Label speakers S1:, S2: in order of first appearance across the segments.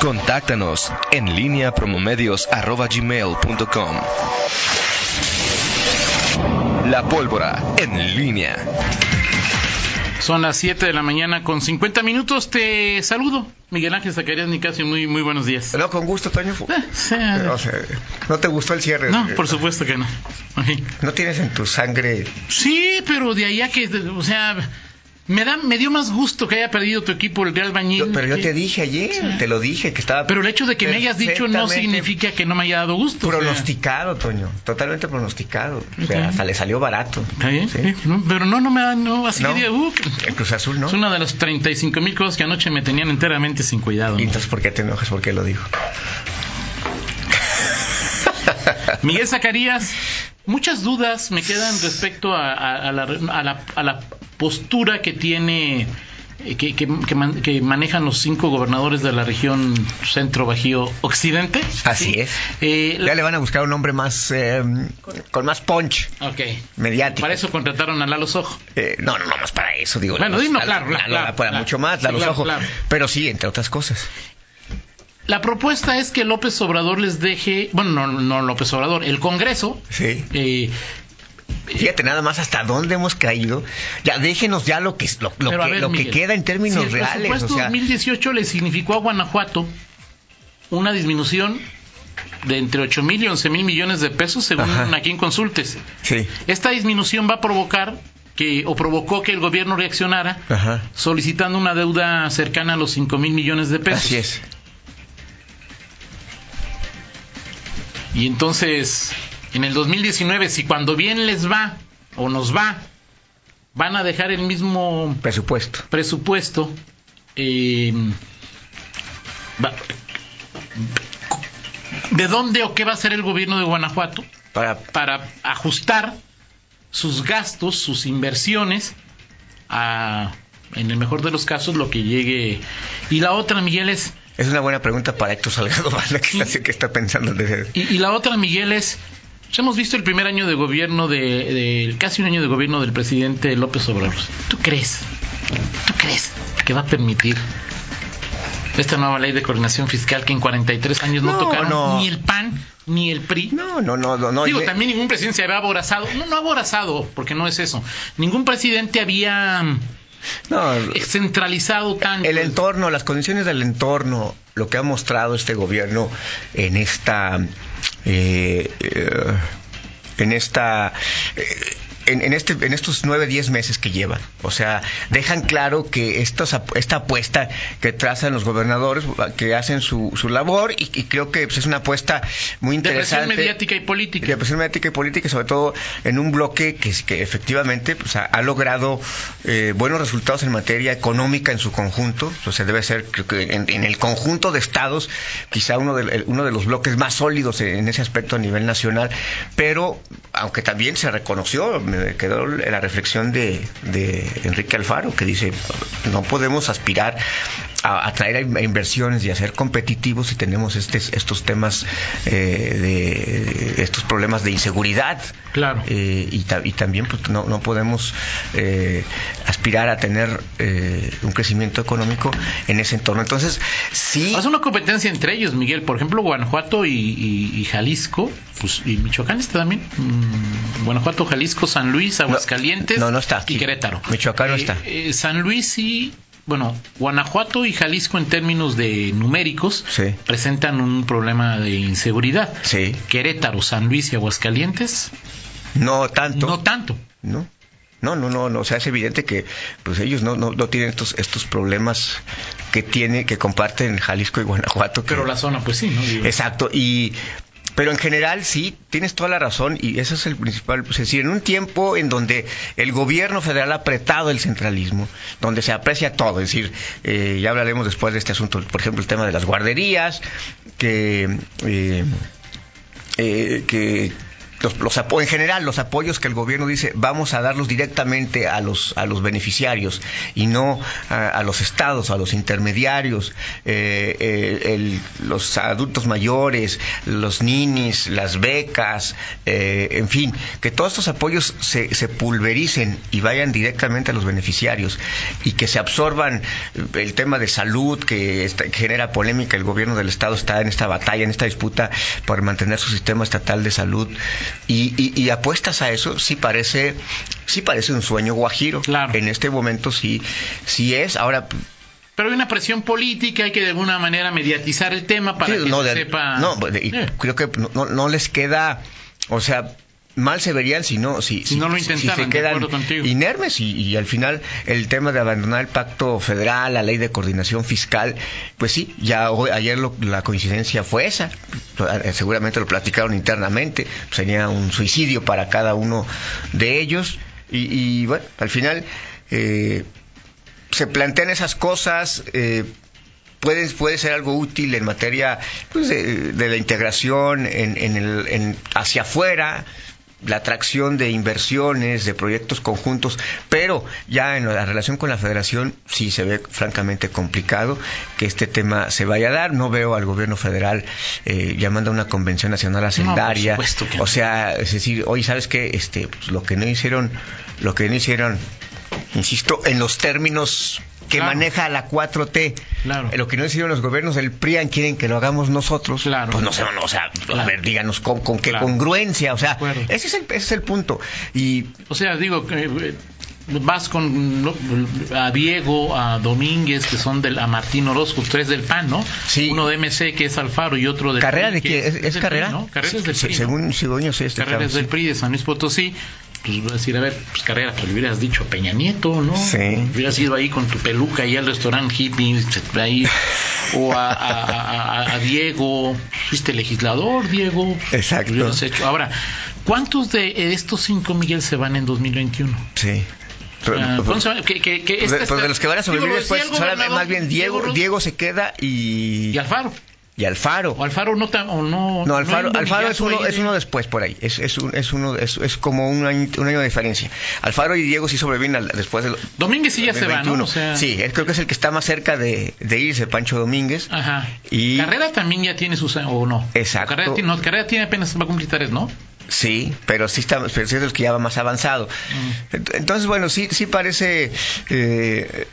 S1: Contáctanos en línea promomedios.com. La pólvora en línea.
S2: Son las 7 de la mañana con 50 minutos. Te saludo, Miguel Ángel Zacarías Nicasio. Muy, muy buenos días.
S3: No, con gusto, Toño.
S2: Eh, sí,
S3: O sea, ¿No te gustó el cierre?
S2: no, por supuesto que no. Ay.
S3: ¿No tienes en tu sangre?
S2: Sí, pero de allá que, o sea, me, da, me dio más gusto que haya perdido tu equipo el Real Bañil.
S3: Pero yo te dije ayer, te lo dije, que estaba...
S2: Pero el hecho de que me hayas dicho no
S3: perfectamente
S2: significa que no me haya dado gusto. o sea.
S3: Pronosticado, Toño. Totalmente pronosticado. O sea,
S2: Ok.
S3: hasta le salió barato.
S2: Está bien,
S3: Sí.
S2: sí, no, pero no, no me da, no, así
S3: No.
S2: que diga, uh,
S3: El Cruz Azul, ¿no?
S2: Es una de las 35 mil cosas que anoche me tenían enteramente sin cuidado.
S3: Y entonces, ¿por qué te enojas? ¿Por qué lo dijo?
S2: Miguel Zacarías, muchas dudas me quedan respecto a, a- a la, a la- a la postura que tiene, eh, que, que- que man- que manejan los cinco gobernadores de la región centro bajío occidente.
S3: Así es.
S2: Eh, la-
S3: Ya le van a buscar un nombre más... eh, con más punch
S2: ok.
S3: mediático.
S2: Para eso contrataron a Lalo Sojo.
S3: Eh, no, no, no más para eso, digo.
S2: Bueno,
S3: la-
S2: dime,
S3: la-
S2: claro,
S3: la- la-
S2: claro, claro,
S3: para
S2: claro.
S3: mucho más,
S2: Sí,
S3: la los
S2: claro,
S3: ojos.
S2: claro.
S3: Pero sí, entre otras cosas.
S2: La propuesta es que López Obrador les deje, bueno, no, no López Obrador, el Congreso.
S3: Sí.
S2: eh,
S3: Fíjate nada más hasta dónde hemos caído. Ya déjenos ya lo que lo, lo
S2: Pero a
S3: que,
S2: ver,
S3: lo que
S2: Miguel,
S3: queda en términos
S2: si el
S3: reales.
S2: presupuesto
S3: o sea,
S2: 2018 le significó a Guanajuato una disminución de entre 8 mil y 11 mil millones de pesos, según
S3: Ajá.
S2: a quien consultes.
S3: sí.
S2: Esta disminución va a provocar que, o provocó que el gobierno reaccionara
S3: Ajá.
S2: solicitando una deuda cercana a los 5 mil millones de pesos.
S3: Así es.
S2: Y entonces, en el 2019, si cuando bien les va o nos va, van a dejar el mismo
S3: Presupuesto.
S2: presupuesto eh, va- de dónde o qué va a hacer el gobierno de Guanajuato
S3: Para
S2: para ajustar sus gastos, sus inversiones a en el mejor de los casos lo que llegue y la otra Miguel es
S3: es una buena pregunta para Héctor Salgado Bala que, está- que está pensando de
S2: y, y la otra Miguel es ya hemos visto el primer año de gobierno de, de- casi un año de gobierno del presidente López Obrador. ¿Tú crees? ¿Tú crees que va a permitir esta nueva ley de coordinación fiscal que en 43 años no,
S3: No,
S2: tocaron
S3: no.
S2: ni el PAN ni el PRI?
S3: No, no, no, no, no.
S2: Digo,
S3: y-
S2: también ningún presidente se había aborazado. No, no aborazado, porque no es eso. Ningún presidente había mm,
S3: no,
S2: centralizado tanto.
S3: el entorno, las condiciones del entorno, lo que ha mostrado este gobierno en esta eh, eh, en esta eh, en, en este, en estos nueve, diez meses que llevan. O sea, dejan claro que estos, ap- esta apuesta que trazan los gobernadores, que hacen su, su labor, y, y creo que pues, es una apuesta muy
S2: Depresión
S3: interesante.
S2: mediática y política.
S3: Represión mediática y política, y sobre todo en un bloque que, es- que efectivamente pues, ha, ha logrado eh, buenos resultados en materia económica en su conjunto. O sea, debe ser, creo que en, en el conjunto de estados, quizá uno de, el- uno de los bloques más sólidos en, en ese aspecto a nivel nacional. Pero, aunque también se reconoció, me quedó la reflexión de, de Enrique Alfaro, que dice: no podemos aspirar a atraer a in- a inversiones y a ser competitivos si tenemos estes- estos temas eh, de estos problemas de inseguridad
S2: Claro.
S3: Eh, y, ta- y también pues, no, no podemos eh, aspirar a tener eh, un crecimiento económico en ese entorno entonces sí
S2: Hace una competencia entre ellos, Miguel. Por ejemplo, Guanajuato y, y- y Jalisco, pues, y Michoacán está también. Mm, Guanajuato, Jalisco, San Luis, Aguascalientes
S3: No, no está
S2: y
S3: aquí.
S2: Querétaro.
S3: Michoacán no está.
S2: eh, San Luis y, bueno, Guanajuato y Jalisco en términos de numéricos
S3: Sí.
S2: presentan un problema de inseguridad.
S3: sí
S2: Querétaro, San Luis y Aguascalientes,
S3: no tanto
S2: no tanto.
S3: ¿no? No, no, no, no, o sea, es evidente que pues ellos no, no, no tienen estos, estos problemas que tiene, que comparten Jalisco y Guanajuato. que-
S2: Pero la zona, pues sí, ¿no? Digo,
S3: Exacto, y pero en general sí, tienes toda la razón y ese es el principal, pues, es decir, en un tiempo en donde el gobierno federal ha apretado el centralismo, donde se aprecia todo, es decir, eh, ya hablaremos después de este asunto, por ejemplo, el tema de las guarderías, que... eh, eh, que los, los apo- en general los apoyos que el gobierno dice vamos a darlos directamente a los a los beneficiarios y no a, a los estados, a los intermediarios, eh, eh, el- los adultos mayores, los ninis, las becas, eh, en fin, que todos estos apoyos se, se pulvericen y vayan directamente a los beneficiarios y que se absorban eh, el tema de salud que, está- que genera polémica. El gobierno del Estado está en esta batalla, en esta disputa por mantener su sistema estatal de salud y, y- y apuestas a eso, sí parece, sí parece un sueño guajiro.
S2: Claro.
S3: En este momento sí, sí es. Ahora
S2: Pero hay una presión política, hay que de alguna manera mediatizar el tema para
S3: Sí,
S2: que
S3: no,
S2: se
S3: de-
S2: sepa.
S3: no, de- y
S2: Eh,
S3: creo que no, no- no les queda, o sea, mal se verían si no, si,
S2: Si no lo intentaran,
S3: se
S2: de
S3: quedan
S2: acuerdo contigo.
S3: inermes y, y al final el tema de abandonar el pacto federal, la ley de coordinación fiscal, pues sí, ya hoy- ayer lo- la coincidencia fue esa, Eh, seguramente lo platicaron internamente, sería un suicidio para cada uno de ellos y, y, bueno, al final... eh, se plantean esas cosas, eh, puede, puede ser algo útil en materia pues, de, de la integración en, en el, en- hacia afuera, la atracción de inversiones, de proyectos conjuntos, pero ya en la relación con la federación sí se ve francamente complicado que este tema se vaya a dar. No veo al gobierno federal eh, llamando a una convención nacional hacendaria.
S2: supuesto que no.
S3: o sea, es decir, hoy sabes que este, pues, lo que no hicieron, lo que no hicieron, insisto, en los términos que
S2: Claro.
S3: maneja la 4T,
S2: Claro.
S3: lo que no hicieron los gobiernos del PRIAN quieren que lo hagamos nosotros.
S2: Claro.
S3: Pues no sé, no, o sea, a
S2: Claro.
S3: ver, díganos con, con qué
S2: Claro.
S3: congruencia, o sea,
S2: acuerdo.
S3: ese es, el, ese es el punto. Y
S2: O sea, digo, que, eh, vas con no, a Diego, a Domínguez, que son del, a Martín Orozco, tres del PAN, ¿no?
S3: Sí.
S2: Uno de MC, que es Alfaro, y otro de.
S3: carrera de que es, es carrera.
S2: ¿no? Carrera es del
S3: Se-
S2: PRI, ¿no?
S3: Según Sigoño, sí, este
S2: Carreras del
S3: cabrón,
S2: PRI de San Luis Potosí, pues voy a decir, a ver, pues carrera, pues le hubieras dicho a Peña Nieto, ¿no?
S3: Sí.
S2: Hubieras ido ahí con tu peluca ahí al restaurante hippie, ahí, o a, a- a- a- a Diego, fuiste legislador, Diego.
S3: Exacto.
S2: Hubieras hecho. Ahora, ¿cuántos de estos cinco, Miguel, se van en 2021?
S3: sí. Sí. Pero-
S2: Ah, ¿cuántos se van? Que- que- que
S3: de,
S2: esta-
S3: pues de los que van a
S2: digo,
S3: sobrevivir
S2: lo decía
S3: después,
S2: el
S3: solamente-
S2: gobernador
S3: más bien Diego,
S2: Ros-
S3: Diego se queda y,
S2: Y Alfaro.
S3: y Alfaro.
S2: O Alfaro no tan, o no.
S3: No,
S2: hay
S3: Alfaro,
S2: un
S3: Alfaro es, uno,
S2: liderazgo ahí
S3: es
S2: de-
S3: uno después por ahí. Es, es, un- es, uno, es, es como un año, un año de diferencia. Alfaro y Diego sí sobreviven al- después del.
S2: Domínguez sí ya se va, ¿no?
S3: 2021.
S2: O sea,
S3: Sí, él creo que es el que está más cerca de, de irse, Pancho Domínguez.
S2: Ajá.
S3: Y-
S2: Carrera también ya tiene sus o no.
S3: Exacto.
S2: Carrera, ti- no, carrera tiene apenas va a cumplir tres, ¿no?
S3: Sí, pero sí, está, pero sí es el que ya va más avanzado.
S2: Mm.
S3: Ent- Entonces, bueno, sí, sí parece eh,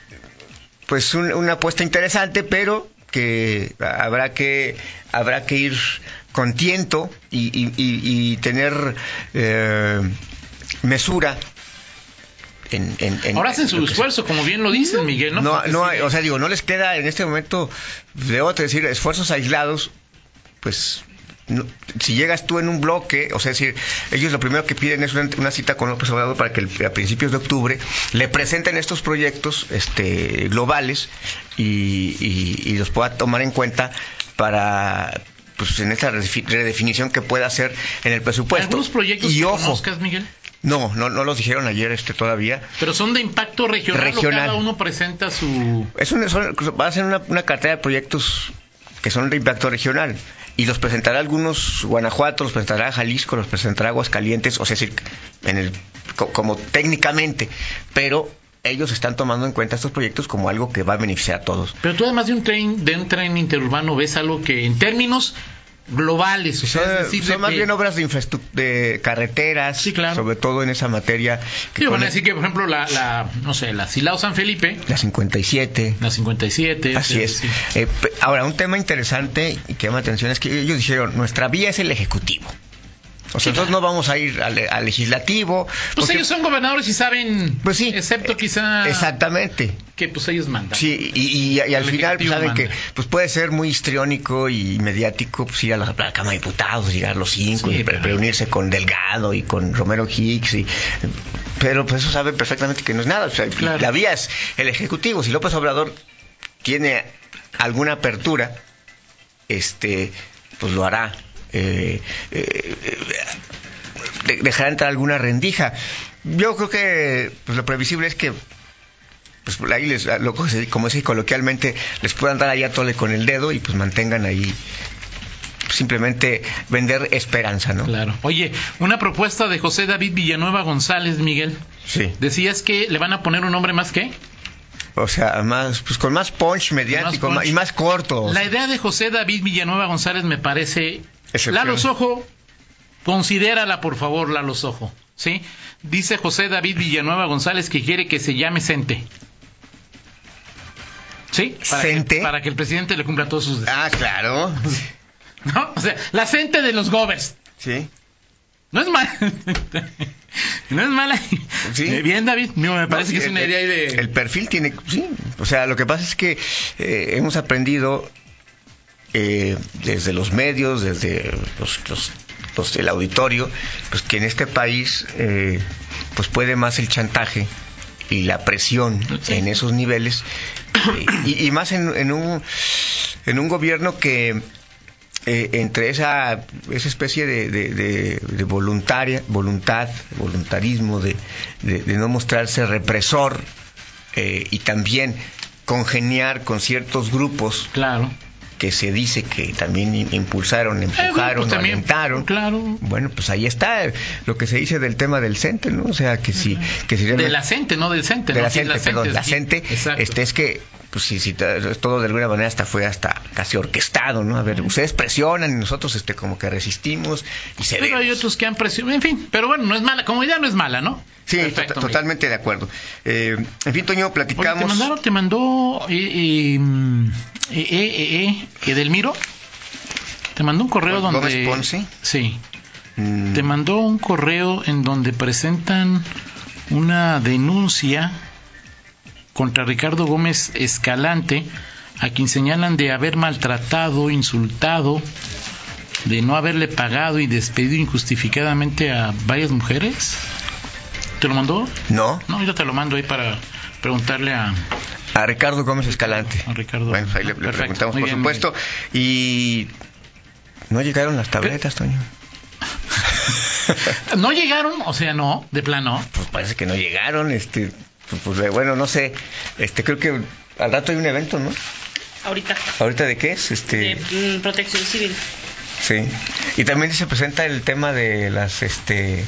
S3: pues un- una apuesta interesante, pero que habrá que habrá que ir con tiento y, y- y- y tener eh, mesura en, en- en-
S2: Ahora hacen
S3: lo
S2: su
S3: que se-
S2: esfuerzo, como bien lo dicen, Miguel, ¿no?
S3: No,
S2: Porque
S3: no
S2: sí, eh.
S3: hay- o sea, digo, no les queda en este momento, debo te decir, esfuerzos aislados, pues no- si llegas tú en un bloque, o sea, es decir, ellos lo primero que piden es una, una cita con López Obrador para que el- a principios de octubre le presenten estos proyectos este, globales y, y- y los pueda tomar en cuenta para pues en esta redefi- redefinición que pueda hacer en el presupuesto.
S2: algunos proyectos
S3: pues, y
S2: que
S3: ojo,
S2: conozcas, Miguel,
S3: no, no, no los dijeron ayer este todavía.
S2: pero son de impacto regional, o
S3: Regional.
S2: cada uno presenta su
S3: Es un- son- va a ser una, una cartera de proyectos que son de impacto regional y los presentará algunos Guanajuato, los presentará Jalisco, los presentará Aguascalientes, o sea, es decir, en el, co- como técnicamente, pero ellos están tomando en cuenta estos proyectos como algo que va a beneficiar a todos.
S2: Pero tú además de un tren de un tren interurbano ves algo que en términos globales, o sea,
S3: Son,
S2: es decir,
S3: son
S2: de
S3: más
S2: que-
S3: bien obras de infraestructura, de carreteras,
S2: Sí, claro.
S3: sobre todo en esa materia que
S2: Sí, van a
S3: conecta
S2: decir que por ejemplo la, la no sé, la Silao San Felipe,
S3: la 57,
S2: la 57,
S3: Así es.
S2: sí. Pues
S3: Eh, pe- ahora, un tema interesante y que llama atención es que ellos dijeron, nuestra vía es el Ejecutivo. O sea, nosotros no vamos a ir al, al legislativo.
S2: Pues ah.
S3: porque-
S2: ellos son gobernadores y saben,
S3: Pues sí.
S2: excepto
S3: Eh,
S2: quizá
S3: Exactamente.
S2: que pues ellos mandan.
S3: Sí, y, y- y al
S2: El
S3: final pues,
S2: Ejecutivo
S3: saben
S2: manda.
S3: que pues puede ser muy histriónico y mediático pues, ir a la, a la Cámara de Diputados, ir a los cinco,
S2: Sí,
S3: y re-
S2: claro.
S3: reunirse con Delgado y con Romero Hicks. Y, pero pues eso saben perfectamente que no es nada. O sea,
S2: Claro.
S3: La vía es el Ejecutivo. Si López Obrador tiene alguna apertura, este pues lo hará. Eh, eh, de- dejará entrar alguna rendija. Yo creo que pues, lo previsible es que pues por ahí les, lo- como se dice coloquialmente, les puedan dar ahí a tole con el dedo y pues mantengan ahí simplemente vender esperanza, ¿no?
S2: Claro. Oye, una propuesta de José David Villanueva González, Miguel.
S3: Sí.
S2: Decías que le van a poner un nombre más que.
S3: O sea, más, pues con más punch mediático
S2: punch.
S3: ma- y más corto.
S2: La idea de José David Villanueva González me parece.
S3: Excepcional.
S2: Lalo Sojo, considérala por favor, Lalo Sojo. ¿Sí? Dice José David Villanueva González que quiere que se llame Cente. ¿Sí? Para,
S3: ¿Cente?
S2: Que, para que el presidente le cumpla todos sus.
S3: Ah, claro. Ah.
S2: ¿No? O sea, la Cente de los Govers.
S3: Sí.
S2: No es mal. no es mala.
S3: Sí.
S2: Eh, Bien, David. Mío, me parece
S3: No,
S2: que es una
S3: el-
S2: idea de.
S3: El perfil tiene, sí. O sea, lo que pasa es que eh, hemos aprendido eh, desde los medios, desde los, los- los del auditorio, pues que en este país eh, pues puede más el chantaje y la presión
S2: Sí.
S3: en esos niveles eh, y, y más en, en un en un gobierno que eh, entre esa, esa especie de, de- de- de voluntaria, voluntad, voluntarismo, de, de- de no mostrarse represor eh, y también congeniar con ciertos grupos
S2: Claro.
S3: que se dice que también im- impulsaron,
S2: Eh,
S3: empujaron,
S2: pues, también,
S3: alentaron.
S2: Claro.
S3: Bueno, pues ahí está eh, lo que se dice del tema del CENTE, ¿no? O sea, que si, que si
S2: De
S3: realmente-
S2: la Cente, no del Cente.
S3: de
S2: ¿no?
S3: la
S2: Sí,
S3: gente, perdón, la
S2: sí.
S3: gente,
S2: Exacto.
S3: este es que pues sí, sí, todo de alguna manera hasta fue hasta casi orquestado, ¿no? A ver, ustedes presionan y nosotros este como que resistimos y se
S2: Pero hay otros que han presionado. En fin, pero bueno, no es mala. Como idea no es mala, ¿no?
S3: Sí,
S2: Perfecto,
S3: to-
S2: Miguel.
S3: totalmente de acuerdo. Eh, en fin, Toño,
S2: Oye,
S3: platicamos.
S2: te mandaron, te mandó eh, eh, mm, eh, eh, eh, eh, Edelmiro. Te mandó un correo
S3: Gómez
S2: donde.
S3: Ponce.
S2: Sí.
S3: Mm,
S2: Te mandó un correo en donde presentan una denuncia contra Ricardo Gómez Escalante, a quien señalan de haber maltratado, insultado, de no haberle pagado y despedido injustificadamente a varias mujeres. ¿Te lo mandó?
S3: no,
S2: No, yo te lo mando ahí para preguntarle a,
S3: a Ricardo Gómez Escalante.
S2: a Ricardo.
S3: Bueno, pues, ahí le, le
S2: Ah, Perfecto,
S3: preguntamos,
S2: muy
S3: por
S2: bien,
S3: supuesto. Y no llegaron las tabletas, Toño.
S2: Miguel. No llegaron, o sea, no, de plano.
S3: pues parece que no llegaron, este, pues bueno, no sé, este, creo que al rato hay un evento, ¿no?
S4: Ahorita.
S3: ¿Ahorita de qué es? Este,
S4: De, mm, protección civil.
S3: sí. Y también se presenta el tema de las, este,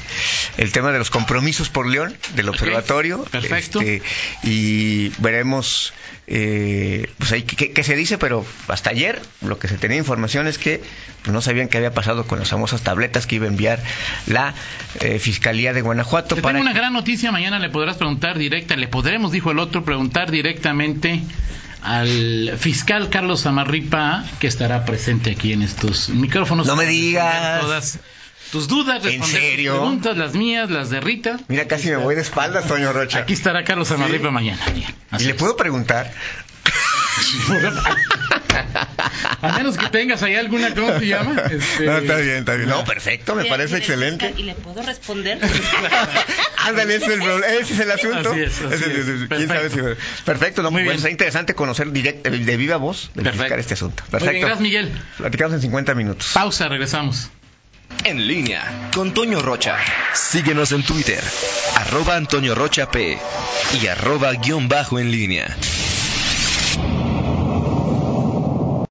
S3: el tema de los compromisos por León, del observatorio.
S2: perfecto.
S3: este, y veremos, eh, pues ahí qué- qué qué se dice, pero hasta ayer lo que se tenía información es que pues, no sabían qué había pasado con las famosas tabletas que iba a enviar la eh, Fiscalía de Guanajuato
S2: Te tengo una gran noticia, mañana le podrás preguntar directa, le podremos, dijo el otro, preguntar directamente al fiscal Carlos Amarripa, que estará presente aquí en estos micrófonos.
S3: No me
S2: Para
S3: digas.
S2: responder Todas tus dudas,
S3: ¿En
S2: responder tus
S3: serio?
S2: preguntas, las mías, las de Rita.
S3: Mira, casi me voy de espaldas, Toño Rocha.
S2: Aquí estará Carlos Amarripa mañana. bien.
S3: ¿Y
S2: Así
S3: le
S2: es.
S3: puedo preguntar?
S2: A menos que tengas ahí alguna, ¿cómo se llama? Este,
S3: No, está bien, está bien. No, perfecto, me
S4: Y-
S3: parece
S4: y le-
S3: excelente.
S4: Y le puedo responder.
S3: Ándale, ese es el, problema, ese es el asunto.
S2: Así es, así
S3: Ese-
S2: es.
S3: ese- ese- ¿Quién
S2: Perfecto.
S3: sabe si... Perfecto, no,
S2: Muy
S3: bueno,
S2: bien.
S3: está interesante conocer direct- de viva voz, de
S2: Perfecto.
S3: este asunto.
S2: Muy bien,
S3: Perfecto.
S2: gracias, Miguel.
S3: Platicamos en 50 minutos.
S2: Pausa, regresamos.
S1: En línea con Toño Rocha. Síguenos en Twitter, arroba Antonio Rocha P y arroba guión bajo en línea.